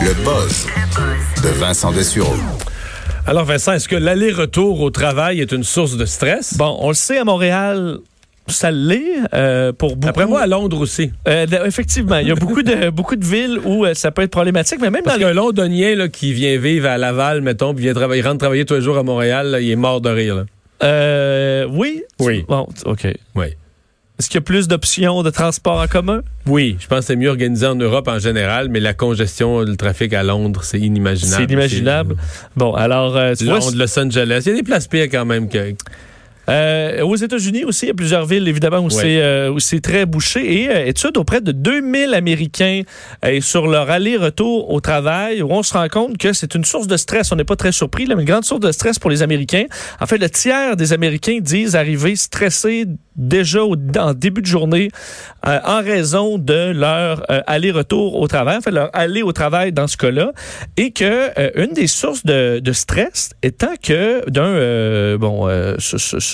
Le buzz de Vincent Dessureau. Alors Vincent, est-ce que l'aller-retour au travail est une source de stress? Bon, on le sait à Montréal, ça l'est euh, pour beaucoup. Après moi, à Londres aussi. Euh, d- effectivement, il y a beaucoup de beaucoup de villes où euh, ça peut être problématique, mais même Parce dans qu'un Londonien là, qui vient vivre à Laval, mettons, puis vient travailler, rentre travailler tous les jours à Montréal, là, il est mort de rire. là. les... Euh, oui. Oui. Bon, t- ok. Est-ce Oui. qu'il y a plus d'options de transport en commun Oui, je pense que c'est mieux organisé en Europe en général, mais la congestion, le trafic à Londres, c'est inimaginable. C'est inimaginable. Bon, alors euh, tu vois, Londres, Los Angeles, il y a des places pires quand même que, Euh, aux États-Unis aussi, il y a plusieurs villes, évidemment, où Ouais. c'est euh, où c'est très bouché. Et euh, étude auprès de 2000 Américains euh, sur leur aller-retour au travail, où on se rend compte que c'est une source de stress. On n'est pas très surpris, là, mais une grande source de stress pour les Américains. En fait, le tiers des Américains disent arriver stressés déjà au, en début de journée euh, en raison de leur euh, aller-retour au travail, en fait, leur aller au travail dans ce cas-là, et que euh, une des sources de, de stress étant que d'un euh, bon euh, so- so- so-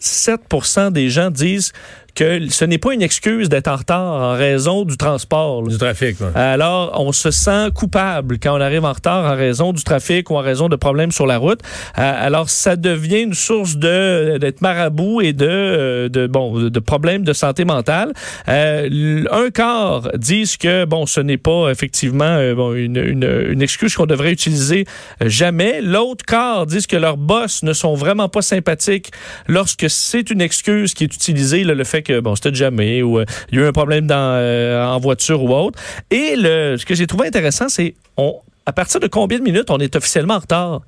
67% des gens disent que ce n'est pas une excuse d'être en retard en raison du transport. là. du trafic. ouais. Alors, on se sent coupable quand on arrive en retard en raison du trafic ou en raison de problèmes sur la route. Euh, alors, ça devient une source de d'être marabout et de, euh, de bon de problèmes de santé mentale. Euh, l- un quart disent que bon, ce n'est pas effectivement euh, bon, une, une, une excuse qu'on devrait utiliser euh, jamais. L'autre quart disent que leurs boss ne sont vraiment pas sympathiques lorsque c'est une excuse qui est utilisée, là, le fait que bon, c'était jamais ou euh, il y a eu un problème dans, euh, en voiture ou autre. Et le, ce que j'ai trouvé intéressant, c'est on, à partir de combien de minutes on est officiellement en retard?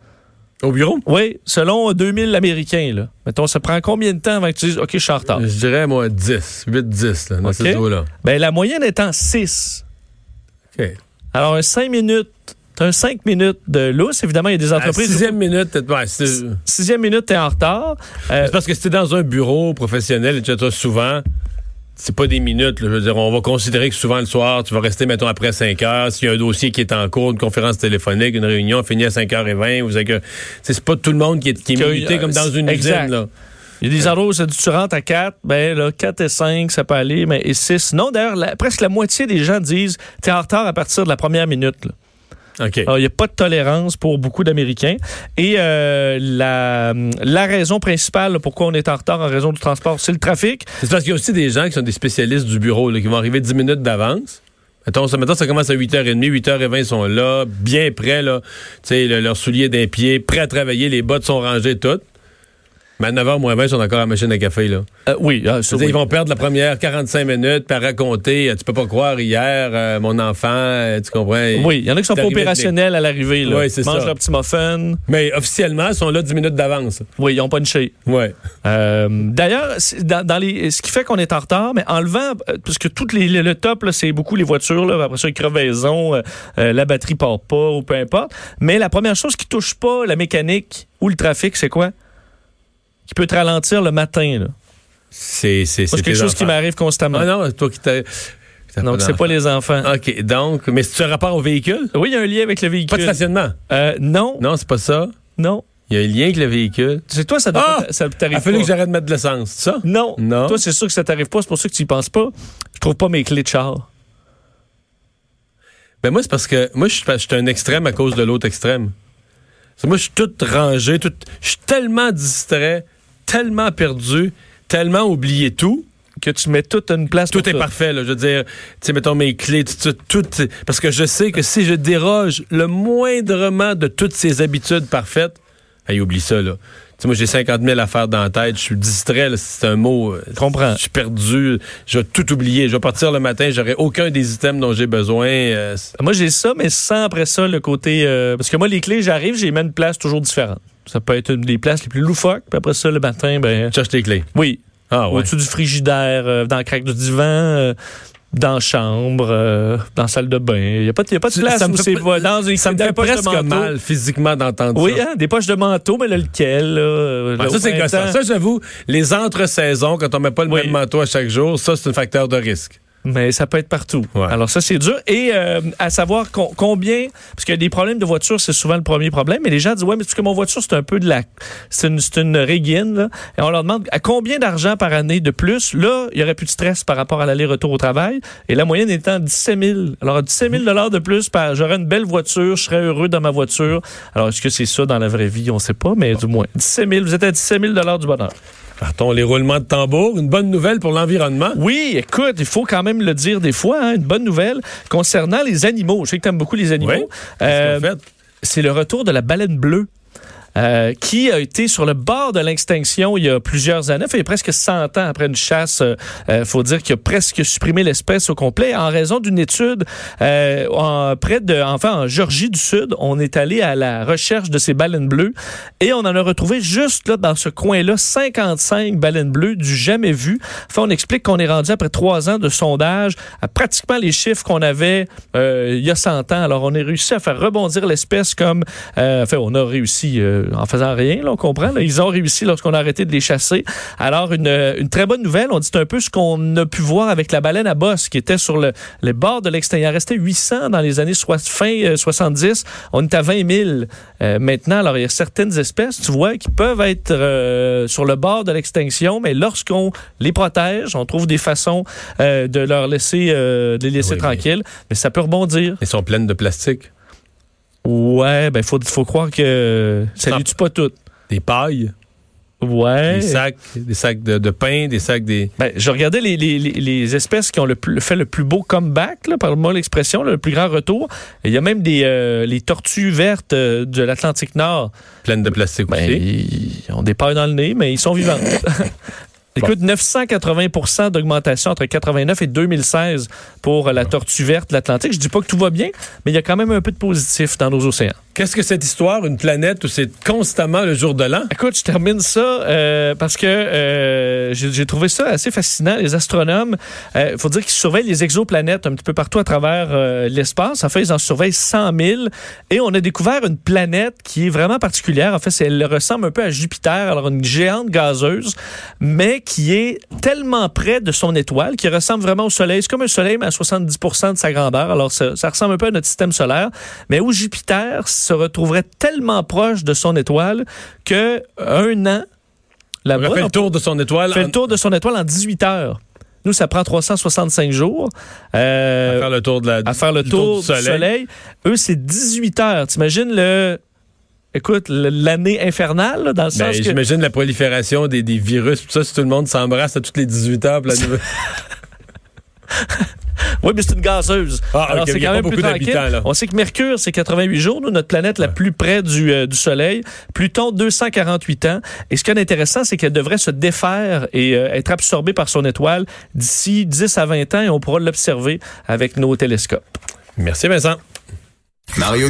Au bureau? Oui, selon euh, 2000 Américains. Là. Mettons, ça prend combien de temps avant que tu dises, OK, je suis en retard? Je dirais, moi, 10, 8, 10, là, dans OK. ces eaux-là. Ben, la moyenne est en 6. OK. Alors, un 5 minutes, t'as un 5 minutes de lousse. Évidemment, il y a des À la entreprises... Ah, sixième minute, peut-être, ouais, c'est- Sixième minute, t'es en retard. Euh, c'est parce que si t'es dans un bureau professionnel, etc., souvent, c'est pas des minutes. là. je veux dire, on va considérer que souvent le soir, tu vas rester, mettons, après 5 heures. S'il y a un dossier qui est en cours, une conférence téléphonique, une réunion, finit à 5h20, vous avez que. C'est c'est pas tout le monde qui est, qui est Que- minuté comme dans une Exact. usine, là. Il y a des endroits où ça dit tu rentres à 4, ben là, 4 et 5, ça peut aller, mais et 6. Non, d'ailleurs, la- presque la moitié des gens disent t'es en retard à partir de la première minute. là. OK. Alors, il n'y a pas de tolérance pour beaucoup d'Américains. Et euh, la, la raison principale là, pourquoi on est en retard en raison du transport, c'est le trafic. C'est parce qu'il y a aussi des gens qui sont des spécialistes du bureau, là, qui vont arriver 10 minutes d'avance. Mettons, ça, mettons, ça commence à 8h30, 8h20, ils sont là, bien prêts, là. Tu sais, le- leurs souliers d'un pied, prêts à travailler, les bottes sont rangées toutes. Mais à 9h moins 20, ils sont encore à la machine à café, là. Euh, oui, ah, Je ça, veux dire, oui. Ils vont perdre la première 45 minutes par raconter, euh, tu peux pas croire, hier, euh, mon enfant, euh, tu comprends? Oui, il y en a qui sont pas d'arriver avec opérationnels à l'arrivée. là. Oui, c'est Mangent ça. leur petit muffin. Mais officiellement, ils sont là 10 minutes d'avance. Oui, ils ont punché. Ouais. Euh, D'ailleurs, c'est dans, dans les, ce qui fait qu'on est en retard, mais en levant, euh, parce que toutes les, le top, là, c'est beaucoup les voitures, là, après ça, les crevaisons, euh, euh, la batterie part pas ou peu importe. Mais la première chose qui touche pas la mécanique ou le trafic, c'est quoi? Qui peut te ralentir le matin. Là. Moi, C'est, c'est, C'est tes quelque chose qui enfants. m'arrive constamment. Ah non, toi qui t'as. t'as Donc, c'est d'enfant. pas les enfants. OK, donc, mais c'est un rapport au véhicule? Oui, il y a un lien avec le Pas de véhicule. stationnement. Euh, non, non, Non, c'est pas ça. Il y a un lien avec le véhicule. C'est toi, ça, doit Ah! pas t'a- ça Il t'arrive a fallu pas. que j'arrête de mettre de l'essence, c'est ça? Non. Non. Toi, c'est sûr que ça t'arrive pas, c'est pour ça que tu y penses pas. Je trouve pas mes clés de char. Ben moi, c'est parce que moi, je suis je suis un extrême à cause de l'autre extrême. C'est- Moi, je suis tout rangé, tout. Je suis tellement distrait, tellement perdu, tellement oublié tout. Que tu mets toute une place Tout pour est toi. parfait, là. Je veux dire, tu sais, mettons mes clés, tout, ça, tout, est- Parce que je sais que si je déroge le moindrement de toutes ces habitudes parfaites, hey, oublie ça, là. Tu sais, moi, j'ai 50 000 affaires dans la tête, je suis distrait, là, c'est un mot. euh, Comprends. Je suis perdu, je vais tout oublier. Je vais partir le matin, j'aurai aucun des items dont j'ai besoin. euh, c'est- Moi, j'ai ça, mais sans après ça le côté. euh, parce que moi, les clés, j'arrive, j'ai même une place toujours différente. Ça peut être une des places les plus loufoques. Puis après ça, le matin, ben. Cherche tes clés. Oui. Ah ouais. Au-dessus du frigidaire, euh, dans le crack du divan, euh, dans la chambre, euh, dans la salle de bain. Il n'y a pas, y a pas de Tu- place ça me où fait c'est pre- pas- dans une Ça me dans fait un poche de presque manteau. mal physiquement d'entendre Oui, ça. hein, des poches de manteau, mais là, lequel, là, euh, Ah, ben Ouais, là, ça, au c'est gossant. printemps. Ça, j'avoue, les entre-saisons, quand on met pas le Oui. même manteau à chaque jour, ça, c'est un facteur de risque. mais ça peut être partout. Ouais. Alors ça, c'est dur. Et euh, à savoir con- combien, parce que les problèmes de voiture, c'est souvent le premier problème, mais les gens disent, ouais, mais parce que mon voiture, c'est un peu de la... C'est une, c'est une régine, là. Et on leur demande, à combien d'argent par année de plus? Là, il n'y aurait plus de stress par rapport à l'aller-retour au travail. Et la moyenne étant 17 000. Alors, à 17 000 dollars de plus, par... j'aurais une belle voiture, je serais heureux dans ma voiture. Alors, est-ce que c'est ça dans la vraie vie? On ne sait pas, mais du moins, 17 000, vous êtes à 17 000 dollars du bonheur. Partons les roulements de tambour. Une bonne nouvelle pour l'environnement. Oui, écoute, il faut quand même le dire des fois, hein, une bonne nouvelle concernant les animaux. Je sais que tu aimes beaucoup les animaux. Oui. Euh, Qu'est-ce qu'on fait? c'est le retour de la baleine bleue. euh, qui a été sur le bord de l'extinction il y a plusieurs années, Enfin, il y a presque 100 ans après une chasse, euh, euh, faut dire qu'il a presque supprimé l'espèce au complet en raison d'une étude euh, en, près de, enfin en Georgie du Sud, on est allé à la recherche de ces baleines bleues et on en a retrouvé juste là dans ce coin-là 55 baleines bleues du jamais vu. Enfin, on explique qu'on est rendu après trois ans de sondage à pratiquement les chiffres qu'on avait euh, il y a 100 ans. Alors, on a réussi à faire rebondir l'espèce comme... euh, enfin, on a réussi euh, en faisant rien, là, on comprend. là. Ils ont réussi lorsqu'on a arrêté de les chasser. Alors, une, euh, une très bonne nouvelle. On dit un peu ce qu'on a pu voir avec la baleine à bosse qui était sur le, les bords de l'extinction. Il en restait 800 dans les années soix- fin euh, 70. On est à 20 000 euh, maintenant. Alors, il y a certaines espèces, tu vois, qui peuvent être euh, sur le bord de l'extinction, mais lorsqu'on les protège, on trouve des façons euh, de leur laisser, euh, de les laisser Oui, mais- tranquilles. Mais ça peut rebondir. Ils sont pleines de plastique. Ouais, ben, faut, faut croire que ça Ça- les tue pas toutes. Des pailles, Ouais. des sacs, des sacs de, de pain, des sacs des. Ben, je regardais les, les- les- les espèces qui ont le plus- fait le plus beau comeback, là, parle-moi l'expression, là, le plus grand retour. Et Il y a même des euh, les tortues vertes euh, de l'Atlantique Nord. pleines de plastique Ben, aussi. ils ont des pailles dans le nez, mais ils sont vivants. Écoute, 980 d'augmentation entre 89 et 2016 pour la tortue verte de l'Atlantique. Je dis pas que tout va bien, mais il y a quand même un peu de positif dans nos océans. Qu'est-ce que cette histoire, une planète où c'est constamment le jour de l'an? Écoute, je termine ça euh, parce que euh, j'ai j'ai trouvé ça assez fascinant. Les astronomes, il faut dire qu'ils surveillent les exoplanètes un petit peu partout à travers euh, l'espace. En fait, ils en surveillent 100 000. Et on a découvert une planète qui est vraiment particulière. En fait, c'est- elle ressemble un peu à Jupiter, alors une géante gazeuse, mais qui est tellement près de son étoile, qui ressemble vraiment au Soleil. C'est comme un Soleil, mais à 70 de sa grandeur. Alors, ça, ça ressemble un peu à notre système solaire. Mais où Jupiter se retrouverait tellement proche de son étoile que un an On là-bas, a fait on le tour de son étoile fait en- le tour de son étoile en 18 heures. Nous, ça prend 365 jours à euh, faire le tour de la. à faire le, tour, du, soleil. Eux, c'est 18 heures. T'imagines le... Écoute, le- l'année infernale, là, dans le Ben, sens que... J'imagine la prolifération des, des virus, tout ça, si tout le monde s'embrasse à toutes les 18 heures. pour la nouvelle- Oui, mais c'est une gazeuse. Ah, ok, il y a pas beaucoup tranquille. d'habitants, là. On sait que Mercure, c'est 88 jours, nous, notre planète la plus près du, euh, du Soleil. Pluton, 248 ans. Et ce qui est intéressant, c'est qu'elle devrait se défaire et euh, être absorbée par son étoile d'ici 10 à 20 ans et on pourra l'observer avec nos télescopes. Merci, Vincent. Mario